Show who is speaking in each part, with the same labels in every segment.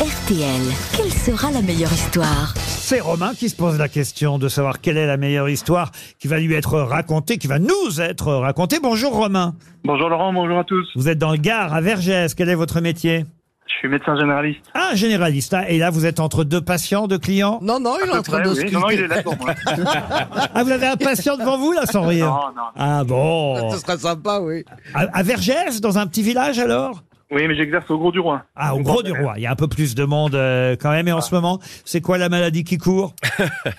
Speaker 1: RTL, quelle sera la meilleure histoire
Speaker 2: C'est Romain qui se pose la question de savoir quelle est la meilleure histoire qui va lui être racontée, qui va nous être racontée. Bonjour Romain,
Speaker 3: Bonjour Laurent, bonjour à tous.
Speaker 2: vous êtes dans le Gard, à Vergès. Quel est votre métier
Speaker 3: Je suis médecin généraliste.
Speaker 2: Ah, généraliste. hein. Et là, vous êtes entre deux patients, deux clients.
Speaker 4: Non, non, il est en train de
Speaker 3: Ouais, oui. Non, non, il est
Speaker 4: sculpter.
Speaker 3: là pour moi.
Speaker 2: Ah, vous avez un patient devant vous, là, sans rire
Speaker 3: Non, non.
Speaker 2: Ah bon
Speaker 4: Ce serait sympa, oui.
Speaker 2: À, à Vergès, dans un petit village, alors
Speaker 3: Oui, mais j'exerce au Gros du Roi.
Speaker 2: Ah, au Gros du Roi. Il y a un peu plus de monde euh, quand même. Et en ce moment, c'est quoi la maladie qui court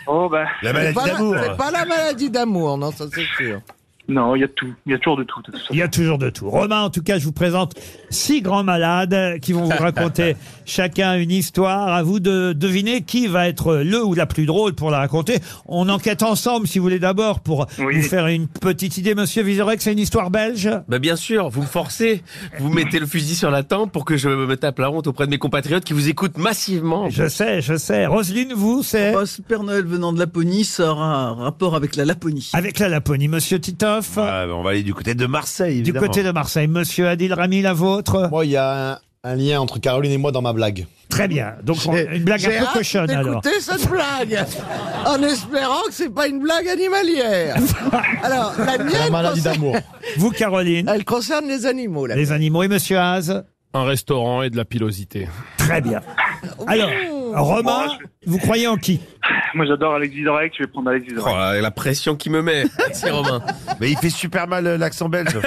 Speaker 3: Oh, bah,
Speaker 5: La
Speaker 4: C'est
Speaker 5: maladie
Speaker 4: pas, la-
Speaker 5: d'amour.
Speaker 4: c'est pas la maladie d'amour, non, ça c'est sûr.
Speaker 3: non, il y a de tout. Il y a toujours de tout, de toute façon.
Speaker 2: Il y a toujours de tout. Romain, en tout cas, je vous présente six grands malades qui vont vous raconter chacun une histoire. À vous de deviner qui va être le ou la plus drôle pour la raconter. On enquête ensemble, si vous voulez, d'abord pour
Speaker 3: Oui.
Speaker 2: vous faire une petite idée. Monsieur Vizorek, c'est une histoire belge
Speaker 6: Bah bien sûr, vous me forcez, vous mettez le fusil sur la tempe pour que je me tape la honte auprès de mes compatriotes qui vous écoutent massivement.
Speaker 2: Je sais, je sais. Roselyne, vous, c'est
Speaker 7: Bah, ce Père Noël venant de Laponie, ça aura un rapport avec la Laponie.
Speaker 2: avec la Laponie. Monsieur Titoff,
Speaker 5: Ah, bah, on va aller du côté de Marseille.
Speaker 2: du
Speaker 5: évidemment.
Speaker 2: côté de Marseille. Monsieur Adil Rami, la vôtre
Speaker 8: Moi, il y a un, un lien entre Caroline et moi dans ma blague.
Speaker 2: Très bien. Donc, on- une blague
Speaker 4: J'ai
Speaker 2: un peu
Speaker 4: hâte
Speaker 2: cochonne, alors.
Speaker 4: d'écouter cette blague en espérant que c'est pas une blague animalière. Alors, la
Speaker 8: La
Speaker 4: mienne,
Speaker 8: maladie
Speaker 4: concerne-
Speaker 8: d'amour.
Speaker 2: Vous, Caroline,
Speaker 4: elle concerne les animaux. Là.
Speaker 2: les animaux. Et monsieur Haas
Speaker 9: un restaurant et de la pilosité.
Speaker 2: Très bien. Ah. Alors, Romain, vous croyez en qui
Speaker 3: Moi, j'adore Alex Vizorek, je vais prendre Alex
Speaker 6: Oh,
Speaker 3: Vizorek.
Speaker 6: la, la pression qui me met, c'est Romain.
Speaker 5: Mais il fait super mal euh, l'accent belge.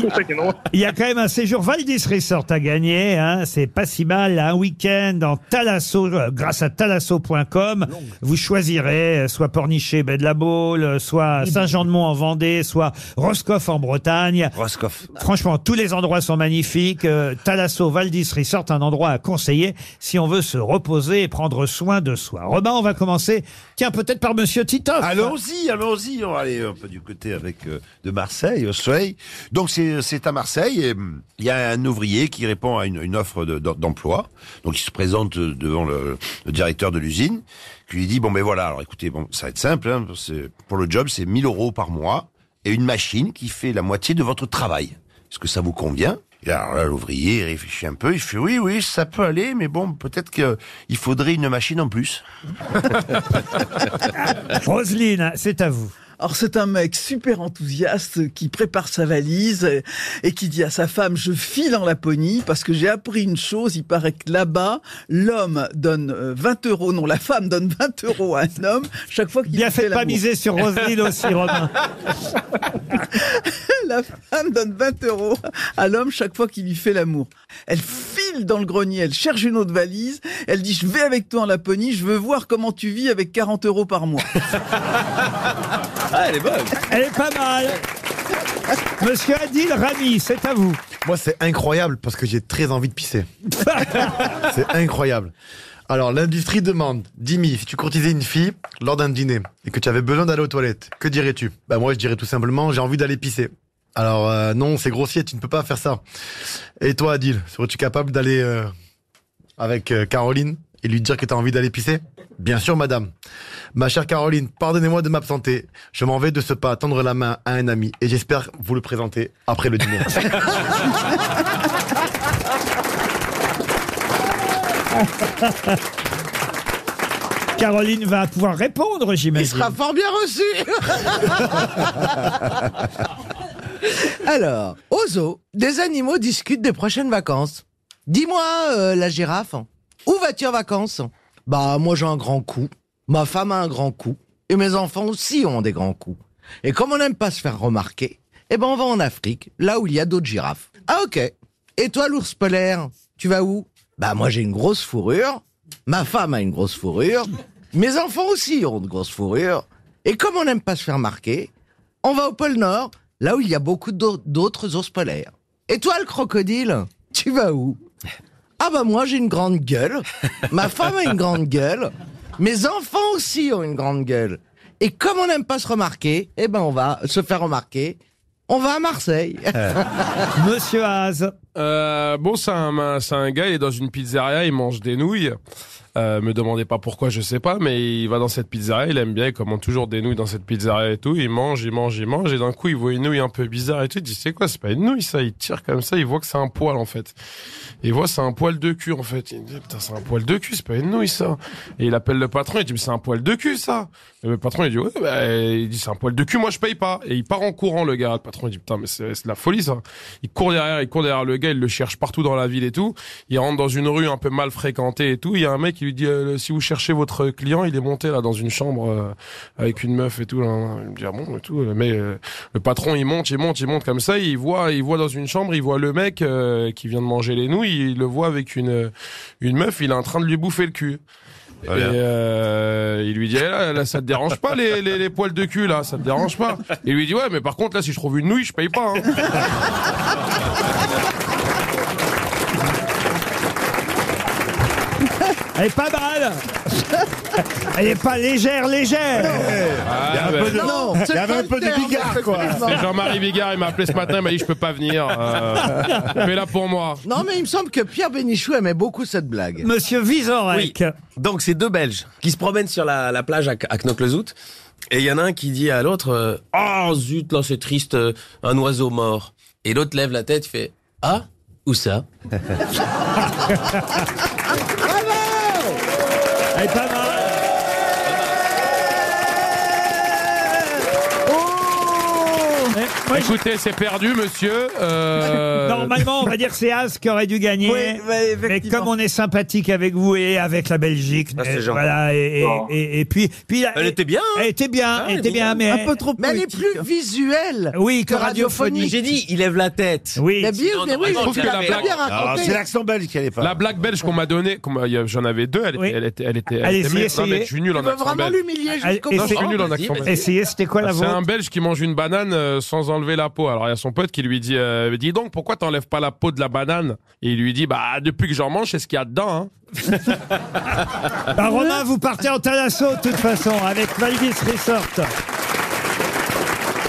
Speaker 3: C'est ça qui est drôle.
Speaker 2: Il y a quand même un séjour Valdis Resort à gagner. Hein. C'est pas si mal. Un week-end en Talasso, euh, grâce à talasso.com. Vous choisirez euh, soit Pornichet, Baie de la Baule, euh, soit Saint-Jean-de-Mont en Vendée, soit Roscoff en Bretagne.
Speaker 5: Roscoff.
Speaker 2: Franchement, tous les endroits sont magnifiques. Euh, Talasso Valdis Resort, un endroit à conseiller si on veut se reposer et prendre soin de soi. Romain, on va commencer. Tiens, peut-être par Monsieur Titoff.
Speaker 5: Allons-y, allons-y. On va aller un peu du côté avec euh, de Marseille, au soleil. Donc c'est c'est à Marseille. et, hum, Il y a un ouvrier qui répond à une, une offre de- d'em- d'emploi. Donc il se présente euh, devant le, le directeur de l'usine, qui lui dit bon ben voilà. Alors écoutez, bon ça va être simple. hein, c'est- pour le job, c'est 1000 euros par mois et une machine qui fait la moitié de votre travail. Est-ce que ça vous convient Et alors là, l'ouvrier il réfléchit un peu. Il fait oui, oui, ça peut aller, mais bon, peut-être qu'il faudrait une machine en plus.
Speaker 2: Roselyne, c'est à vous.
Speaker 7: Alors c'est un mec super enthousiaste qui prépare sa valise et- et qui dit à sa femme je file en Laponie parce que j'ai appris une chose, il paraît que là-bas l'homme donne euh, 20 euros, non la femme donne 20 euros à un homme chaque fois qu'il
Speaker 2: Bien
Speaker 7: lui fait
Speaker 2: fait de pas
Speaker 7: l'amour.
Speaker 2: miser sur Roselyne aussi, Romain.
Speaker 7: La femme donne 20 euros à l'homme chaque fois qu'il lui fait l'amour. Elle file dans le grenier, elle cherche une autre valise, elle dit je vais avec toi en Laponie, je veux voir comment tu vis avec 40 euros par mois.
Speaker 6: Ah, elle est bonne.
Speaker 2: Elle est pas mal. Monsieur Adil Rami, c'est à vous.
Speaker 8: Moi, c'est incroyable parce que j'ai très envie de pisser. c'est incroyable. Alors, l'industrie demande, Dimi, si tu courtisais une fille lors d'un dîner et que tu avais besoin d'aller aux toilettes, que dirais-tu Bah moi, je dirais tout simplement, j'ai envie d'aller pisser. Alors euh, non, c'est grossier, tu ne peux pas faire ça. Et toi, Adil, serais-tu capable d'aller euh, avec euh, Caroline et lui dire que tu as envie d'aller pisser Bien sûr, madame. Ma chère Caroline, pardonnez-moi de m'absenter. Je m'en vais de ce pas tendre la main à un ami et j'espère vous le présenter après le dîner.
Speaker 2: Caroline va pouvoir répondre,
Speaker 4: Il
Speaker 2: j'imagine.
Speaker 4: sera fort bien reçu. Alors, au zoo, des animaux discutent des prochaines vacances. Dis-moi, euh, la girafe, où vas-tu en vacances Bah, moi j'ai un grand coup, ma femme a un grand coup, et mes enfants aussi ont des grands coups. Et comme on n'aime pas se faire remarquer, eh ben on va en Afrique, là où il y a d'autres girafes. Ah ok. Et toi, l'ours polaire, tu vas où Bah, moi j'ai une grosse fourrure, ma femme a une grosse fourrure, mes enfants aussi ont de grosses fourrures. Et comme on n'aime pas se faire remarquer, on va au pôle Nord, là où il y a beaucoup d'au- d'autres ours polaires. Et toi, le crocodile, tu vas où Ah bah moi, j'ai une grande gueule. Ma femme a une grande gueule. Mes enfants aussi ont une grande gueule. Et comme on n'aime pas se remarquer, eh ben on va se faire remarquer. On va à Marseille.
Speaker 2: Monsieur Haas.
Speaker 9: Euh, bon, c'est un, un- c'est un gars, il est dans une pizzeria, il mange des nouilles. Euh, me demandez pas pourquoi, je sais pas, mais il va dans cette pizzeria, il aime bien, il commande toujours des nouilles dans cette pizzeria et tout. Il mange, il mange, il mange, et d'un coup, il voit une nouille un peu bizarre et tout. Il dit, c'est quoi, c'est pas une nouille ça Il tire comme ça, il voit que c'est un poil en fait. Il voit, c'est un poil de cul en fait. Il dit, putain, c'est un poil de cul, c'est pas une nouille ça. Et il appelle le patron, il dit, mais c'est un poil de cul ça. Et le patron, il dit, ouais, bah, il dit, c'est un poil de cul, moi je paye pas. Et il part en courant, le gars. Le patron, il dit, putain, mais c'est c'est de la folie ça. Il court derrière, il court derrière le gars, il le cherche partout dans la ville et tout. Il rentre dans une rue un peu mal fréquentée et tout. Il y a un mec qui lui dit euh, si vous cherchez votre client, il est monté là dans une chambre euh, avec une meuf et tout. là, là. Il me dit ah bon et tout. Mais euh, le patron il monte, il monte, il monte comme ça. Il voit, il voit dans une chambre, il voit le mec euh, qui vient de manger les nouilles. Il le voit avec une une meuf. Il est en train de lui bouffer le cul. Et
Speaker 5: bien.
Speaker 9: euh, il lui dit, Eh là, là, ça te dérange pas les, les, les poils de cul là, ça te dérange pas. Il lui dit ouais, mais par contre là, si je trouve une nouille, je paye pas. hein.
Speaker 2: Elle est pas mal Elle est pas légère, légère
Speaker 9: Ah,
Speaker 5: Il y a un
Speaker 9: ben,
Speaker 5: peu de-
Speaker 4: Non,
Speaker 5: il y avait un peu de bigard, quoi.
Speaker 9: C'est Jean-Marie Bigard, il m'a appelé ce matin, il m'a dit je peux pas venir. Euh, Fais-la pour moi.
Speaker 4: Non, mais il me semble que Pierre Bénichou aimait beaucoup cette blague.
Speaker 2: Monsieur Vizorek
Speaker 6: Donc c'est deux Belges qui se promènent sur la, la plage à, K- à Knokke-le-Zout. Et il y en a un qui dit à l'autre euh, Ah zut, là c'est triste, euh, un oiseau mort. Et l'autre lève la tête, fait Ah Où ça
Speaker 2: Elle est pas mal
Speaker 7: Oh
Speaker 2: Mais Eh, moi, je-
Speaker 9: Écoutez, c'est perdu, monsieur. Euh,
Speaker 2: Normalement, on va dire que c'est As qui aurait dû gagner.
Speaker 7: Oui, bah,
Speaker 2: mais
Speaker 7: effectivement.
Speaker 2: comme on est sympathique avec vous et avec la Belgique,
Speaker 6: Ah, c'est
Speaker 2: euh,
Speaker 6: gentil.
Speaker 2: voilà, et, et-
Speaker 3: Oh.
Speaker 2: et- et puis, puis
Speaker 6: Elle était bien, hein
Speaker 2: elle était bien,
Speaker 6: Ah,
Speaker 2: elle
Speaker 6: elle
Speaker 2: était
Speaker 6: est
Speaker 2: bien,
Speaker 6: bien.
Speaker 2: mais
Speaker 7: Un peu trop
Speaker 4: Mais elle est
Speaker 7: poétique.
Speaker 4: plus visuelle.
Speaker 2: oui,
Speaker 4: hein. que
Speaker 2: que radiophonique.
Speaker 4: radiophonique.
Speaker 6: J'ai dit, il lève la tête.
Speaker 2: Oui,
Speaker 4: La Ah, bière,
Speaker 6: non,
Speaker 4: mais
Speaker 6: non,
Speaker 4: oui,
Speaker 6: vraiment,
Speaker 4: je
Speaker 6: c'est
Speaker 4: l'ai
Speaker 6: la
Speaker 4: bien
Speaker 6: blague.
Speaker 5: Alors,
Speaker 4: raconté.
Speaker 5: Ah, c'est l'accent belge qui n'est pas.
Speaker 9: La blague belge qu'on m'a donnée, qu'on m'a- il y a- j'en avais deux, elle,
Speaker 2: Oui.
Speaker 9: était, elle était, elle était, elle
Speaker 2: Allez-y,
Speaker 9: était- non,
Speaker 2: essayez.
Speaker 9: mais je suis nul
Speaker 4: Tu
Speaker 9: en
Speaker 4: veux
Speaker 9: accent
Speaker 4: vraiment
Speaker 9: belge.
Speaker 4: l'humilier
Speaker 2: Allez,
Speaker 4: jusqu'au
Speaker 2: et
Speaker 9: Non, je
Speaker 2: c'est-
Speaker 9: suis
Speaker 6: Non,
Speaker 9: nul en
Speaker 6: vas-y,
Speaker 9: accent
Speaker 6: vas-y.
Speaker 9: belge.
Speaker 2: essayez, c'était quoi la
Speaker 9: Ah, C'est un
Speaker 2: vôtre
Speaker 9: Belge qui mange une banane euh, sans enlever la peau. Alors il y a son pote qui lui dit euh, dis donc pourquoi t'enlèves pas la peau de la banane Et il lui dit bah depuis que j'en mange c'est ce qu'il y a dedans. hein.
Speaker 2: Bah, Romain, vous partez en Talasso de toute façon, avec Valdis Resort.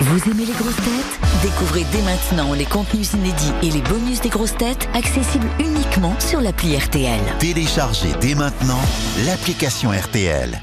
Speaker 1: Vous aimez les grosses têtes Découvrez dès maintenant les contenus inédits et les bonus des grosses têtes accessibles uniquement sur l'appli RTL.
Speaker 10: Téléchargez dès maintenant l'application RTL.